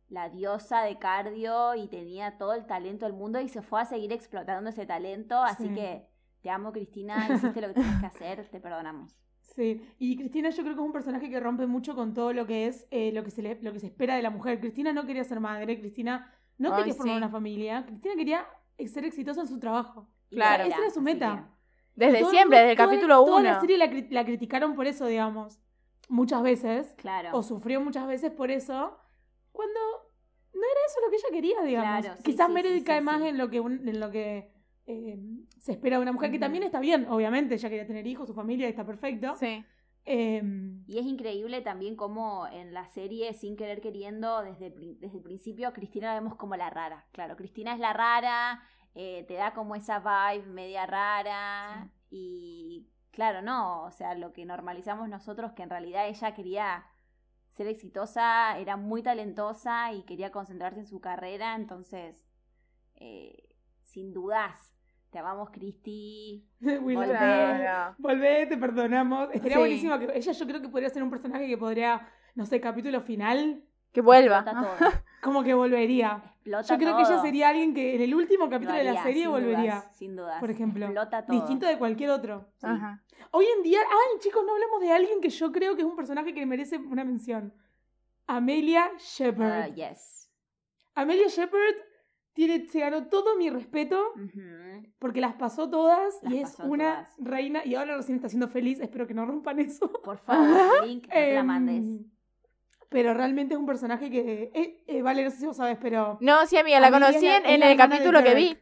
E: la diosa de cardio y tenía todo el talento del mundo y se fue a seguir explotando ese talento. Así
D: Sí.
E: que te amo, Cristina. Hiciste lo que tenías que hacer. Te perdonamos.
D: Sí, y Cristina yo creo que es un personaje que rompe mucho con todo lo que es eh, lo, que se le- lo que se espera de la mujer. Cristina no quería ser madre, Cristina no
C: Ay,
D: quería formar
C: sí.
D: una familia, Cristina quería ser exitosa en su trabajo.
E: Y
C: Claro.
E: era,
D: Esa era su
E: así
D: meta.
E: que-
C: Desde
D: Todo el
C: siempre,
D: mundo-
C: desde el
D: toda-
C: capítulo
D: Toda la
C: 1.
D: serie la, cri- la criticaron por eso, digamos, muchas veces,
E: Claro.
D: o sufrió muchas veces por eso, cuando no era eso lo que ella quería, digamos.
E: Claro, sí,
D: Quizás
E: sí,
D: Meredith
E: sí,
D: cae
E: sí,
D: más
E: sí.
D: en lo que, un- en lo que eh, se espera de una mujer, que
E: Ujú.
D: también está bien, obviamente, ella quería tener hijos, su familia está perfecto.
C: Sí.
D: Em,
E: Y es increíble también cómo en la serie, sin querer queriendo, desde, el pri- desde el principio, Cristina la vemos como la rara. Claro, Cristina es la rara, eh, te da como esa vibe media rara. Y claro, no, o sea, lo que normalizamos nosotros, que en realidad ella quería ser exitosa, era muy talentosa y quería concentrarse en su carrera, entonces, eh, sin dudas, te amamos, Cristi.
D: Will
E: Volver.
D: Smith.
C: Claro.
D: Volvé, te perdonamos. Estaría
C: Sí.
D: buenísimo que ella, yo creo que podría ser un personaje que podría, no sé, capítulo final,
C: Que vuelva.
D: Ah.
E: Explota todo.
D: como que volvería.
E: explota
D: Yo creo que ella
E: todo.
D: sería alguien que en el último
E: Lo
D: capítulo de
E: haría,
D: la serie
E: sin
D: volvería.
E: dudas, sin dudas.
D: por ejemplo.
E: Explota todo.
D: Distinto de cualquier otro.
E: Sí.
C: Ajá.
D: Hoy en día, ay chicos, no hablamos de alguien que yo creo que es un personaje que merece una mención. Amelia Shepard.
E: Ah, yes.
D: Amelia Shepard tiene, se ganó todo mi respeto
E: Ujú.
D: porque las pasó todas y
E: Las
D: es
E: pasó
D: una
E: todas.
D: reina y ahora recién está siendo feliz. Espero que no rompan eso.
E: Por favor, Link, no te la
D: Em,
E: mandes.
D: Pero realmente es un personaje que. eh, eh, vale, no sé si vos sabés, pero.
C: No, sí, amiga, la
D: Amiga,
C: conocí en,
D: es
C: en
D: la
C: el
D: hermana de
C: capítulo que vi.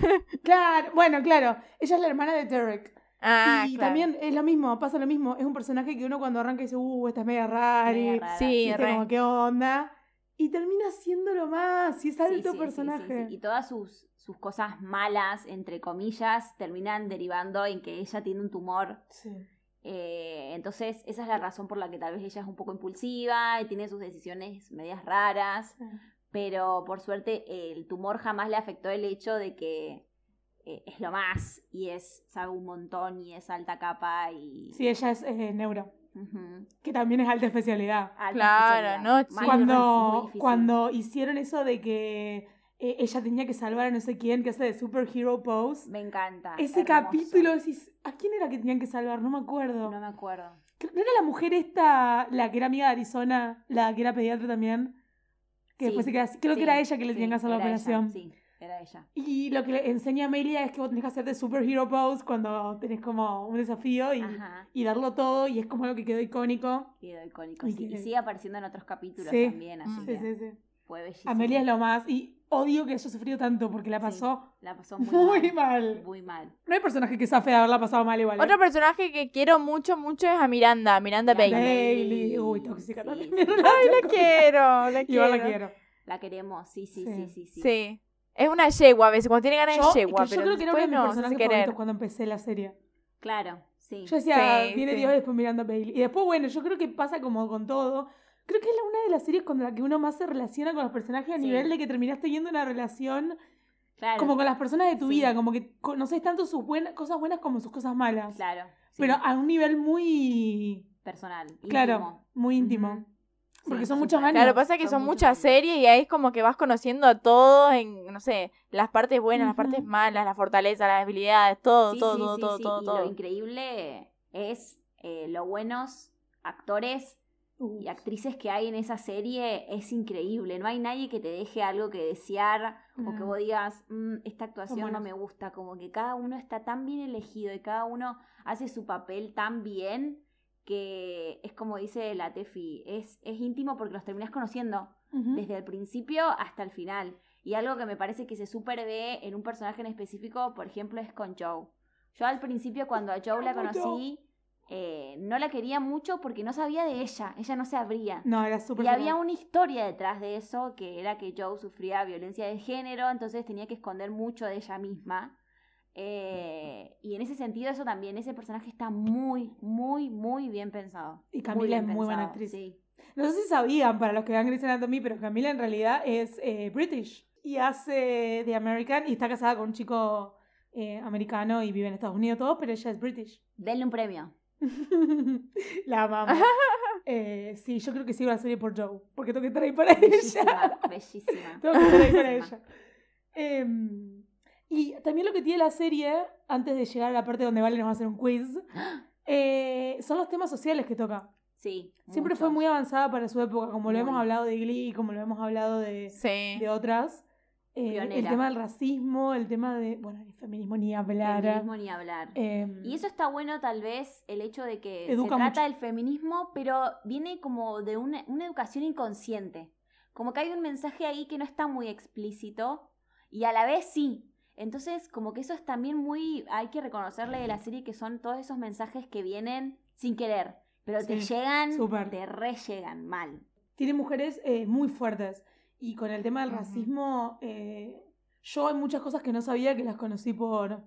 D: Derek. Claro, bueno, claro. Ella es la hermana de Derek.
C: Ah,
D: y
C: claro.
D: también es lo mismo, pasa lo mismo. Es un personaje que uno cuando arranca dice, uh, esta es media rara.
E: Media rara.
C: Sí,
D: ¿viste?
C: re.
D: Como, ¿qué onda? Y termina siéndolo más. Y es
E: Sí,
D: alto
E: sí, sí,
D: personaje.
E: sí, sí. Y todas sus, sus cosas malas, entre comillas, terminan derivando en que ella tiene un tumor.
D: Sí.
E: Eh, entonces, esa es la razón por la que tal vez ella es un poco impulsiva y tiene sus decisiones medias raras.
D: Mm.
E: pero por suerte el tumor jamás le afectó el hecho de que eh, es lo más y es sabe un montón y es alta capa y
D: Sí, ella es eh, neuro,
E: Ujú.
D: que también es alta especialidad.
E: Alta
C: Claro,
E: especialidad.
C: no, sí.
E: Mal, es muy
D: cuando,
E: Ah, difícil.
D: cuando hicieron eso de que eh, ella tenía que salvar a no sé quién, que hace de superhero pose.
E: me encanta
D: Ese
E: Ah, hermoso.
D: capítulo, decís, ¿a quién era que tenían que salvar? No me acuerdo.
E: no me acuerdo
D: Creo- ¿No era la mujer esta, la que era amiga de Arizona, la que era pediatra también? Que
E: Sí,
D: después se queda así. Creo
E: sí,
D: que era ella que le
E: sí,
D: tenían que hacer la
E: era ella,
D: operación.
E: sí. Era ella.
D: Y lo que le enseña Amelia es que vos tenés que hacer de superhero pose cuando tenés como un desafío y,
E: Ajá. Ah,
D: y darlo todo y es como algo que quedó icónico.
E: Quedó icónico.
D: Ay,
E: sí.
D: qué-
E: Y sigue apareciendo en otros capítulos
D: Sí.
E: también, así
C: Mm.
E: que
D: Sí, sí, sí.
E: fue bellísimo.
D: Amelia es lo más y odio que haya sufrido tanto porque la
E: Sí.
D: pasó
E: La pasó muy,
D: muy,
E: mal.
D: mal.
E: Muy mal.
D: No hay personaje que safe de haberla pasado mal igual. ¿eh?
C: Otro personaje que quiero mucho, mucho es a Miranda, Miranda
E: Miranda.
C: Bailey.
D: Bailey.
E: Bailey.
D: Uy, tóxica
E: Sí,
D: también.
E: sí.
D: Mira,
C: Ay, la
D: yo-
C: quiero, la quiero.
D: Igual la quiero.
E: La queremos, sí, sí,
D: Sí.
E: sí, sí. sí.
C: Sí. Es una yegua a veces, cuando tiene ganas
D: Yo,
C: es yegua,
D: que yo
C: pero
D: creo que era uno de
C: después
D: mis
C: no, no sé
D: personajes
C: querer.
D: favoritos cuando empecé la serie.
E: Claro, sí.
D: Yo decía, "Ah,
C: Sí,
D: viene
C: sí.
D: Dios y después mirando a Bailey. Y después, bueno, yo creo que pasa como con todo. Creo que es la- una de las series con la que uno más se relaciona con los personajes a
E: Sí.
D: nivel de que terminaste yendo una relación
E: Claro,
D: como con las personas de tu
E: Sí.
D: vida, como que conoces tanto sus buenas, cosas buenas como sus cosas malas.
E: claro. sí.
D: Pero a un nivel muy,
E: personal.
D: claro,
E: íntimo.
D: muy íntimo.
E: Ujú.
D: Porque
E: Sí,
D: son muchos
E: súper.
D: años.
C: Claro, pasa que
E: Son
C: son
E: muchos
C: muchas
E: años.
C: series y ahí es como que vas conociendo a todos en, no sé, las partes buenas, las partes
D: Ujú.
C: malas, las fortalezas, las debilidades, todo,
E: Sí,
C: todo,
E: sí,
C: todo,
E: sí,
C: todo,
E: sí,
C: todo,
E: y
C: todo.
E: Lo increíble es eh, lo buenos actores
D: Uh,
E: y actrices que hay en esa serie. Es increíble. No hay nadie que te deje algo que desear o que
D: Mm.
E: vos digas, "Mm, esta actuación no
D: buenos.
E: me gusta. Como que cada uno está tan bien elegido y cada uno hace su papel tan bien que es como dice la Tefi, es, es íntimo porque los terminás conociendo
D: ujú.
E: desde el principio hasta el final. Y algo que me parece que se super ve en un personaje en específico, por ejemplo, es con Joe. Yo al principio cuando a Joe la
D: Amo a Joe.
E: conocí, eh, no la quería mucho porque no sabía de ella, ella no se abría.
D: No, era súper.
E: Y había
D: genial.
E: una historia detrás de eso, que era que Joe sufría violencia de género, entonces tenía que esconder mucho de ella misma. Eh, y en ese sentido, eso también, ese personaje está muy, muy, muy bien pensado.
D: Y Camila
E: bien
D: es muy buena
E: pensado,
D: actriz.
E: sí.
D: No sé si sabían, para los que vean Grey's Anatomy, pero Camila en realidad es eh, British y hace The American y está casada con un chico eh, americano y vive en Estados Unidos todo, pero ella es British.
E: Denle un premio.
D: La amamos. Eh, sí, yo creo que sigo la serie por Joe, porque tengo que estar ahí para ella.
E: Bellísima, bellísima.
D: Tengo que estar ahí para
E: Bellísima.
D: ella. Em, y también lo que tiene la serie, antes de llegar a la parte donde Vale nos va a hacer un quiz, eh, son los temas sociales que toca.
E: Sí.
D: Siempre
E: muchos.
D: fue muy avanzada para su época, como lo
E: Muy.
D: hemos hablado de Glee, como lo hemos hablado de,
C: Sí.
D: de otras. Eh, el
E: Pionera.
D: tema del racismo, el tema de. Bueno, el feminismo ni hablar.
E: Feminismo ni hablar.
D: eh,
E: Y eso está bueno, tal vez, el hecho de que
D: Educa
E: se trata
D: mucho.
E: del feminismo, pero viene como de una, una educación inconsciente. Como que hay un mensaje ahí que no está muy explícito y a la vez sí. Entonces, como que eso es también muy. Hay que reconocerle de la serie que son todos esos mensajes que vienen sin querer, pero te
D: Sí,
E: llegan,
D: súper.
E: te re llegan mal.
D: Tiene mujeres eh, muy fuertes. Y con el tema del
C: Ujú.
D: racismo, eh, yo hay muchas cosas que no sabía que las conocí por.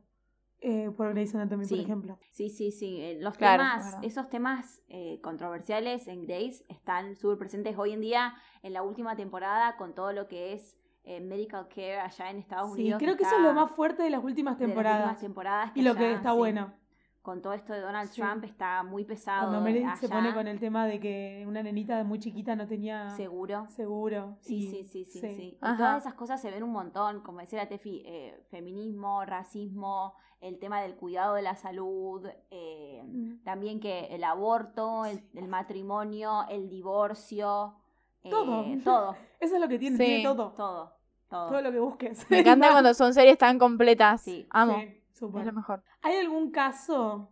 D: Eh, por Grey's Anatomy, por
E: Sí.
D: ejemplo.
E: Sí, sí, sí. eh, Los
C: Claro,
E: temas,
D: verdad.
E: esos temas eh, controversiales en Grace están súper presentes hoy en día en la última temporada con todo lo que es eh, medical care allá en Estados
D: Sí,
E: Unidos.
D: creo que eso es
E: está-
D: lo más fuerte de las últimas
E: de las
D: temporadas.
E: últimas temporadas
D: y lo que
E: allá,
D: está
E: sí,
D: bueno.
E: Con todo esto de Donald
D: Sí.
E: Trump está muy pesado.
D: Cuando Meredith se
E: allá,
D: pone con el tema de que una nenita de muy chiquita no tenía
E: Seguro.
D: seguro.
E: Sí,
D: y-
E: sí, sí, sí, sí. Y
C: Ajá.
E: todas esas cosas se ven un montón, como decía la Tefi, eh, feminismo, racismo, el tema del cuidado de la salud, eh,
D: Mm.
E: también que el aborto, el, el matrimonio, el divorcio, eh,
D: Todo.
E: todo,
D: Eso es lo que tiene,
C: Sí,
D: tiene todo.
E: todo, todo.
D: Todo lo que busques.
C: Me encanta cuando son series tan completas.
E: Sí,
C: Amo.
D: Sí, súper.
C: Es lo mejor.
D: ¿Hay algún caso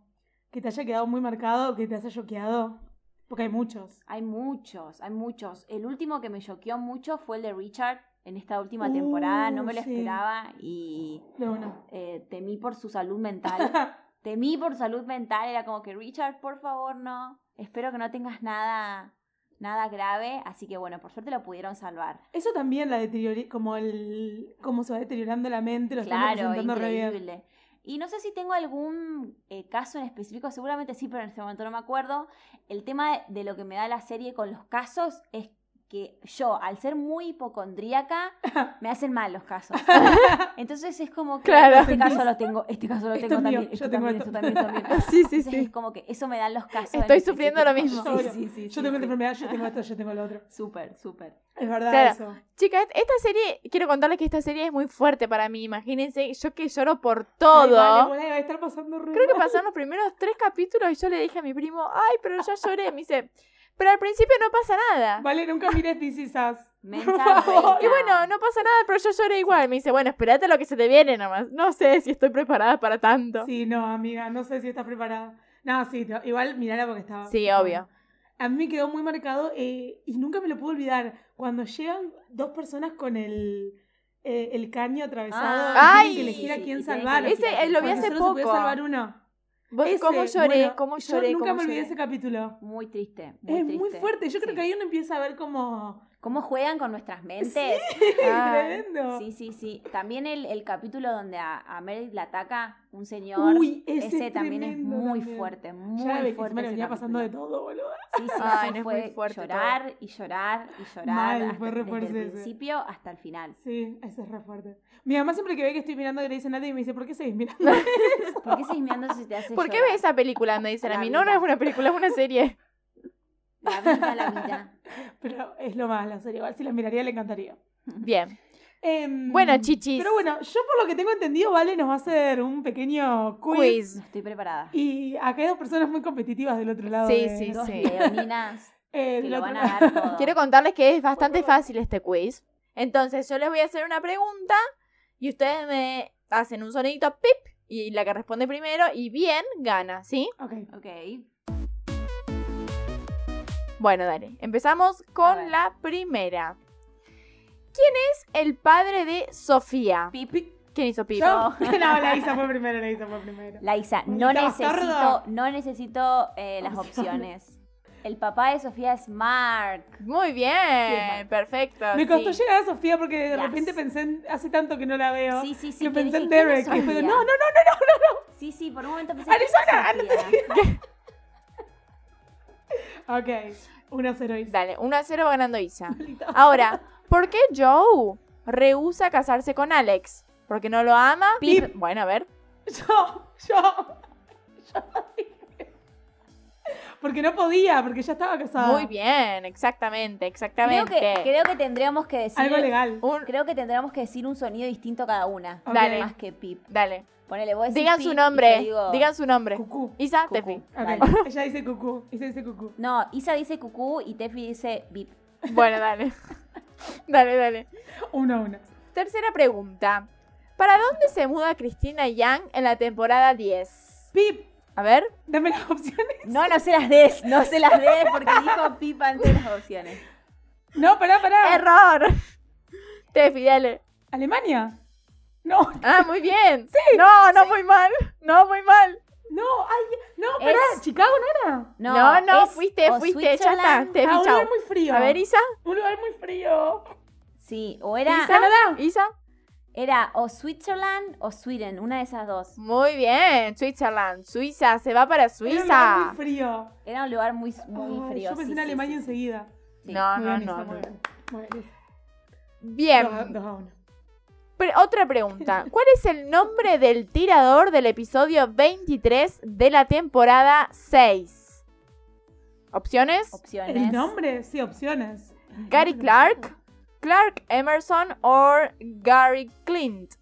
D: que te haya quedado muy marcado, que te haya choqueado? Porque hay muchos.
E: Hay muchos, hay muchos. El último que me choqueó mucho fue el de Richard en esta última
D: Uh,
E: temporada, no me lo
D: sí.
E: esperaba y
D: No, no.
E: eh, temí por su salud mental. temí por salud mental, era como que Richard, por favor, no, espero que no tengas nada, nada grave, así que bueno, por suerte lo pudieron salvar.
D: Eso también la deterioré, como el cómo se va deteriorando la mente, lo están
E: claro,
D: representando re bien.
E: increíble. Y no sé si tengo algún eh, caso en específico, seguramente sí, pero en este momento no me acuerdo. El tema de lo que me da la serie con los casos es que yo, al ser muy hipocondríaca, me hacen mal los casos. Entonces es como que
C: Claro.
E: este caso lo tengo, este caso lo
D: Esto
E: tengo
D: es mío,
E: también,
D: yo
E: esto
D: tengo
E: también,
D: esto.
E: esto también, esto también.
C: Sí, sí,
E: Entonces
C: sí.
E: es como que eso me dan los casos. en
C: Estoy sufriendo lo
E: específico.
D: mismo.
E: Sí, sí, sí.
D: Yo tengo
E: sí.
D: esta enfermedad, yo tengo esto, yo tengo lo otro.
E: Súper, súper.
D: Es verdad
C: Claro.
D: eso.
C: Chicas, esta serie, quiero contarles que esta serie es muy fuerte para mí. Imagínense, yo que lloro por todo.
D: Ay, vale, vale, va a estar pasando re
C: Creo que
D: mal.
C: pasaron los primeros tres capítulos y yo le dije a mi primo, ay, pero ya lloré. Me dice, Pero al principio no pasa nada.
D: Vale, nunca mires This Is Us.
E: Mensa
C: Y bueno, no pasa nada, pero yo lloré igual. Me dice, bueno, espérate a lo que se te viene nomás. No sé si estoy preparada para tanto. Sí,
D: Sí, no, amiga, no sé si estás preparada. No, sí, no, igual mirala porque estaba.
C: obvio.
D: A mí me quedó muy marcado eh, y nunca me lo puedo olvidar. Cuando llegan dos personas con el, eh, el caño atravesado,
C: Ah,
D: y tienen que
C: ay,
D: elegir
E: sí,
D: a quién
E: y tienen que
D: salvar.
E: elegir
C: Ese, eh, lo vi
D: Cuando
C: hace
D: solo se podía
C: poco.
D: salvar uno.
C: ¿Vos
D: Ese,
C: cómo lloré?
D: bueno,
C: ¿Cómo
D: yo
C: lloré?
D: nunca
C: cómo
D: me olvidé
C: lloré.
D: ese capítulo.
E: Muy triste.
D: es
E: triste.
D: muy fuerte. Yo creo
E: Sí.
D: que ahí uno empieza a ver como.
E: ¿Cómo juegan con nuestras mentes?
C: Ay.
D: Tremendo.
E: Sí, sí, sí. También el, el capítulo donde a, a Meredith la ataca un señor.
D: Uy, ese,
E: también es
D: tremendo
E: muy
D: también.
E: fuerte, muy
D: Ya ve que encima
E: fuerte.
D: le
E: ese
D: venía pasando de
E: capítulo.
D: todo, boludo.
E: Sí, sí,
C: Ay,
E: eso
C: no, es
E: fue
C: muy fuerte
E: llorar y llorar y llorar
D: Mal,
E: hasta-
D: fue re
E: desde
D: fuerte
E: el
D: ese.
E: principio hasta el final.
D: Sí, ese es re fuerte. Mi mamá siempre que ve que estoy mirando Grey's Anatomy me dice, ¿por qué seguís mirando?
E: ¿Por qué seguís mirando si te hace
C: ¿Por qué
E: llorar?
C: ves esa película? Me dicen a
E: La
C: mí. No, no
E: vida.
C: es una película, es una serie.
E: La vida, la vida.
D: Pero es lo más, la serie. Igual si la miraría le encantaría.
C: Bien.
D: Em,
C: Bueno, chichis.
D: Pero bueno, yo por lo que tengo entendido, Vale nos va a hacer un pequeño quiz.
C: Quiz.
E: No estoy preparada.
D: Y acá hay dos personas muy competitivas del otro lado.
C: Sí,
D: de-
C: sí,
E: Dos
C: sí.
E: leoninas
D: eh,
E: que
D: del
E: lo
D: otro
E: van a
D: lado.
E: dar todo.
C: Quiero contarles que es bastante fácil este quiz. Entonces, yo les voy a hacer una pregunta y ustedes me hacen un sonidito pip y la que responde primero y bien gana, ¿sí?
D: Ok.
E: Ok.
C: Bueno, dale. Empezamos
E: A
C: con
E: ver.
C: la primera. ¿Quién es el padre de Sofía?
E: Pipi.
C: ¿Quién hizo pip?
D: Yo- no, la Isa fue primero, la Isa fue primero.
E: La Isa, no
D: Maldita
E: necesito,
D: bastarda.
E: no necesito eh, las opciones. El papá de Sofía es Mark.
C: Muy bien, perfecto.
D: Me costó
C: sí.
D: llegar a Sofía porque de
E: Yes.
D: repente pensé en, hace tanto que no la veo.
E: Sí, sí,
D: que
E: sí. que
D: pensé
E: dije,
D: en
E: ¿quién es
D: Derek. Y fue,
E: Sofía?
D: no, no, no,
E: Sí, sí, por un momento pensé
D: Arizona,
E: que era Sofía.
D: no. Ok. 1-0 Isa.
C: Dale, 1 a 0 va ganando Isa. Ahora, ¿por qué Joe rehúsa casarse con Alex? ¿Porque no lo ama?
E: Pip.
C: Bueno, a ver.
D: Yo, yo, yo dije. Porque no podía, porque ya estaba casada.
C: Muy bien, exactamente,
E: Creo
C: exactamente.
E: que, creo que tendríamos que decir.
D: Algo legal.
C: Un-
E: Creo que tendríamos que decir un sonido distinto cada una.
D: Ok.
C: Dale.
E: Más que pip.
C: Dale.
E: Ponele, vos decís
C: Digan
E: pip
C: su
E: y
C: nombre.
E: yo digo
C: Digan su nombre.
D: Cucú.
C: Isa,
E: cucú.
C: Tefi.
E: Dale.
D: Ok, Ella dice cucú. Isa dice cucú.
E: No, Isa dice cucú y Tefi dice bip.
C: Bueno, dale. dale, dale.
D: Uno a uno.
C: Tercera pregunta. ¿Para dónde se muda Cristina Yang en la temporada 10?
D: Pip,
C: A ver.
D: dame las opciones.
E: No, no se las des, no se las des porque dijo pip antes de las opciones.
D: No, pará,
E: Ah.
D: pará.
C: ¡Error! Tefi, dale.
D: Alemania. No,
C: Ah, muy bien. No, no, muy mal. No, muy mal.
D: no, ay, no, pará.
E: Es-
D: Chicago no era.
E: No,
C: No, no,
E: es
C: fuiste,
E: o
C: fuiste, ya está.
E: Switzerland.
C: Te- Tefi,
D: Ah, un
C: chao.
D: lugar muy frío.
C: A ver, Isa.
D: Un lugar muy frío.
E: Sí, o era,
C: Isa. Isa.
E: era o Switzerland o Sweden, una de esas dos.
C: Muy bien. Switzerland. Suiza. Se va para
D: Era un lugar
C: Suiza.
D: muy frío.
E: Era un lugar muy, muy
D: Ay,
E: frío.
D: Yo pensé
E: sí,
D: en
E: sí,
D: Alemania
E: sí.
D: enseguida.
E: Sí.
C: No,
D: Muy
C: no,
D: bien, Isa,
C: no.
D: muy
C: no.
D: bien. Muy bien, Isa.
E: Em,
D: Dos a-
C: Bien.
D: dos a uno.
C: Pre- otra pregunta. ¿Cuál es el nombre del tirador del episodio 23 de la temporada 6? ¿Opciones?
E: Opciones.
D: El nombre, sí, opciones.
C: Gary Clark, Clark Emerson o Gary Clint.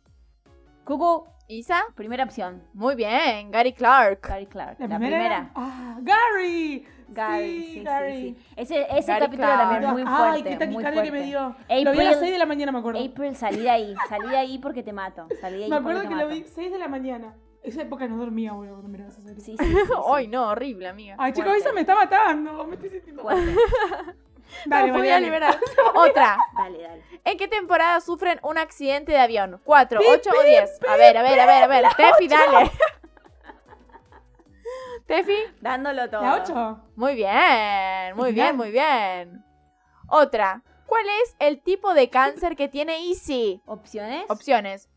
E: Cucu,
C: Isa,
E: primera opción.
C: muy bien, Gary Clark.
E: Gary Clark.
D: La primera. era- Ah, Gary.
E: Gary,
D: Sí,
E: sí, sí,
D: Gary.
E: sí. Ese, ese
C: Gary
E: capítulo
C: Clark.
E: también muy fuerte.
D: Ay, qué
E: muy
D: taquicardia
E: fuerte.
D: que me dio. Lo vi a las 6 de
E: April,
D: la mañana, me acuerdo.
E: April, salí de ahí. Salí de ahí porque te mato. Salí de ahí
D: me
E: porque
D: acuerdo
E: te
D: que
E: mato.
D: lo vi 6 de la mañana. Esa época no dormía, boludo, cuando miraba esa serie.
E: Sí, sí, sí, sí.
C: Ay, no, horrible, amiga.
D: Ay, chicos,
E: fuerte.
D: Isa me está matando. Me estoy sintiendo.
E: Fuerte.
D: Dale,
C: No,
D: vale,
C: voy a
D: dale.
C: liberar. Otra.
E: Dale, dale.
C: ¿En qué temporada sufren un accidente de avión? ¿Cuatro, ocho o diez? A ver, a ver, a ver, a ver. Tefi, dale. Tefi.
E: Dándolo todo.
D: ¿La 8?
C: Muy bien, muy
D: Mirá.
C: bien, muy bien. Otra. ¿Cuál es el tipo de cáncer que tiene Easy?
E: ¿Opciones?
C: Opciones.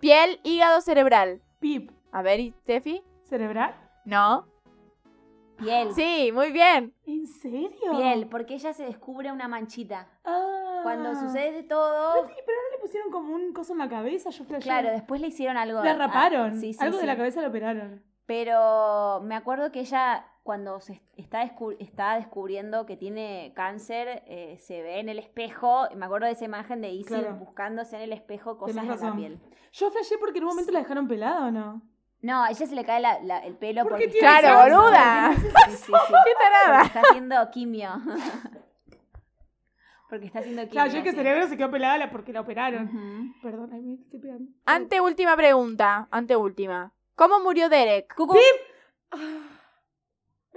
C: Piel, hígado, cerebral.
D: Pip.
C: A ver, ¿y Tefi?
D: ¿Cerebral?
C: No.
E: Piel.
C: Sí, muy bien.
D: ¿En serio?
E: Piel, porque ella se descubre una manchita.
D: Ah.
E: Cuando sucede
D: No,
E: todo,
D: sí, pero ahora le pusieron como un coso en la cabeza. Yo flashé.
E: claro, después le hicieron algo.
D: La
E: ah,
D: raparon.
E: sí, sí,
D: Algo
E: sí.
D: de la cabeza lo operaron.
E: Pero me acuerdo que ella, cuando se está, descu- está descubriendo que tiene cáncer, eh, se ve en el espejo. y Me acuerdo de esa imagen de Izzy
D: Claro.
E: buscándose en el espejo cosas
D: Tenés
E: en la
D: razón.
E: piel.
D: Yo flashé porque en un momento la dejaron pelada o no.
E: No, a ella se le cae la- la- el pelo
D: ¿Por qué
E: porque.
D: tiene
C: Claro,
D: cáncer?
C: boluda.
E: Sí, sí, sí.
C: ¡Qué tarada!
E: Porque está haciendo quimio. Porque está haciendo quimio.
D: Claro, yo que
E: sí.
D: cerebro se quedó pelada la- porque la operaron.
E: Ujú.
D: Perdón, ahí me estoy pegando.
C: Ante última pregunta, ante última. ¿Cómo murió Derek?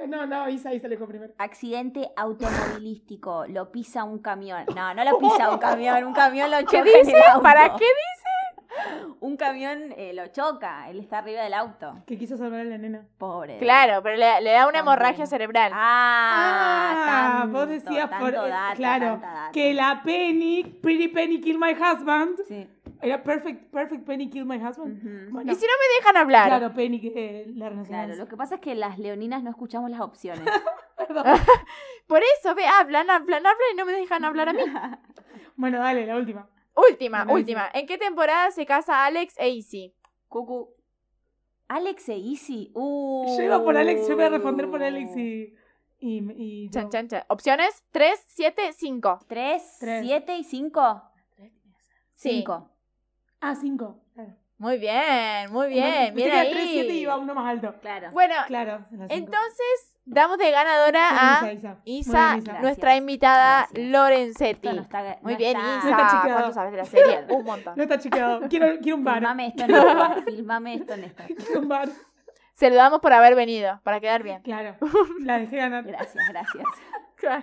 D: No, no, Isa, Isa le dijo primero.
E: Accidente automovilístico. Lo pisa un camión. No, no lo pisa un camión. Un camión lo choca. en el
C: dice?
E: auto.
C: ¿Para qué
E: Un camión eh, lo choca. Él está arriba del auto.
D: Que quiso salvar a la nena.
E: Pobre.
C: Claro, pero le, le da una
E: También.
C: hemorragia cerebral.
E: Ah,
D: Ah,
E: tanto,
D: vos decías
E: tanto
D: por.
E: dato,
D: claro,
E: tanta data.
D: que la Penny, Pretty Penny Kill My Husband,
E: Sí.
D: era Perfect, perfect Penny Kill My Husband.
E: Ujú.
D: Bueno,
C: Mm. Y si no me dejan hablar.
D: claro, Penny, que eh, la
E: Claro,
D: relacionamos.
E: lo que pasa es que las leoninas no escuchamos las opciones.
D: Perdón.
C: Por eso, ve, hablan, hablan, hablan y no me dejan hablar a mí.
D: Bueno, dale, la última.
C: Última,
D: Buenísimo.
C: última. ¿En qué temporada se casa Alex e Izzy?
E: Cucu. Alex e Izzy. Uh.
D: Yo iba por Alex, yo voy a responder por Alex y. y, y
C: Uh. Chan, chan, chan. Opciones 3, 7, 5.
E: ¿Tres,
D: Tres.
E: siete y cinco? Cinco.
D: Ah, cinco. Claro.
C: Muy bien, muy bien.
D: Pensé
C: Bien
D: que era tres, siete
C: ahí.
D: y iba uno más alto.
E: Claro.
C: Bueno,
D: Claro. era cinco.
C: entonces damos de ganadora a
D: Isa.
C: Isa,
D: Muy bien, Isa.
E: no-
C: nuestra invitada
E: Gracias.
C: Lorenzetti.
E: Esto no está.
C: Muy
E: no
C: bien,
E: está-
C: Isa.
D: No está chequeado.
C: ¿Cuánto sabes de la serie? Un
D: No
C: montón.
D: está chequeado. Quiero, quiero un bar.
E: Filmame esto, Néstor. Filmame esto, Néstor.
D: Quiero un bar.
C: Se lo damos por haber venido, para quedar bien.
D: Claro. La dejé ganar.
E: Gracias, gracias.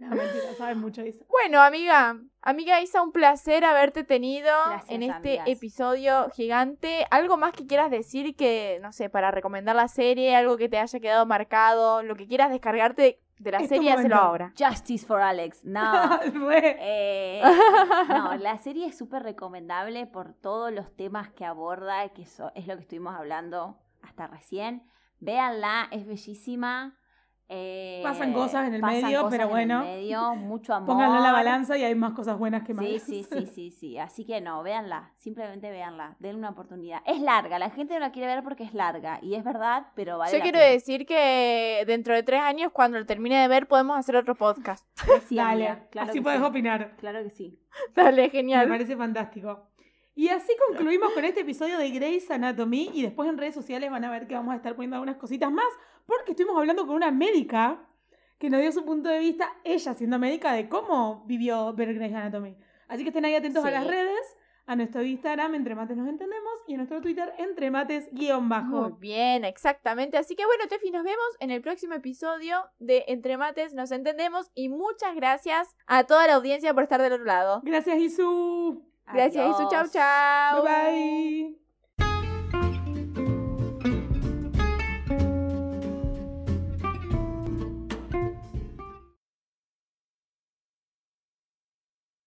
D: No, mentira, sabe mucho Isa.
C: Bueno, amiga, amiga Isa, un placer haberte tenido
E: Gracias,
C: en este
E: amigas.
C: episodio gigante. ¿Algo más que quieras decir que, no sé, para recomendar la serie, algo que te haya quedado marcado, lo que quieras descargarte de, de la
D: Es tu
C: serie, hacelo
D: momento.
C: ahora?
E: Justice for Alex. No.
D: Re.
E: Ah. Eh, no, la serie es súper recomendable por todos los temas que aborda, que eso es lo que estuvimos hablando hasta recién. Véanla, es bellísima. eh,
D: Pasan cosas en el
E: pasan
D: medio,
E: cosas
D: pero
E: en el
D: bueno.
E: medio, mucho amor.
D: Pónganla en la balanza y hay más cosas buenas que malas.
E: Sí, sí, sí, sí, sí. Así que no, véanla, simplemente véanla, denle una oportunidad. Es larga, la gente no la quiere ver porque es larga, y es verdad, pero vale
C: Yo
E: la
C: quiero
E: pena.
C: decir que dentro de tres años, cuando lo termine de ver, podemos hacer otro podcast.
E: Sí,
D: Dale,
E: amiga, claro
D: así
E: que
D: podés
E: sí.
D: opinar.
E: Claro que sí.
C: Dale,
D: Me
C: genial.
D: parece fantástico. Y así concluimos con este episodio de Grey's Anatomy y después en redes sociales van a ver que vamos a estar poniendo algunas cositas más porque estuvimos hablando con una médica que nos dio su punto de vista, ella siendo médica, de cómo vivió ver Grey's Anatomy. Así que estén ahí atentos a
E: Sí.
D: las redes, a nuestro Instagram, Entre Mates Nos Entendemos, y a nuestro Twitter, Entre Mates guión
C: Muy
D: bajo.
C: bien, exactamente. Así que bueno, Tefi, nos vemos en el próximo episodio de Entre Mates, nos entendemos y muchas gracias a toda la audiencia por estar del otro lado.
D: Gracias, Isu.
C: Gracias, Isu. Chau,
E: Adiós.
C: chau.
D: Bye bye.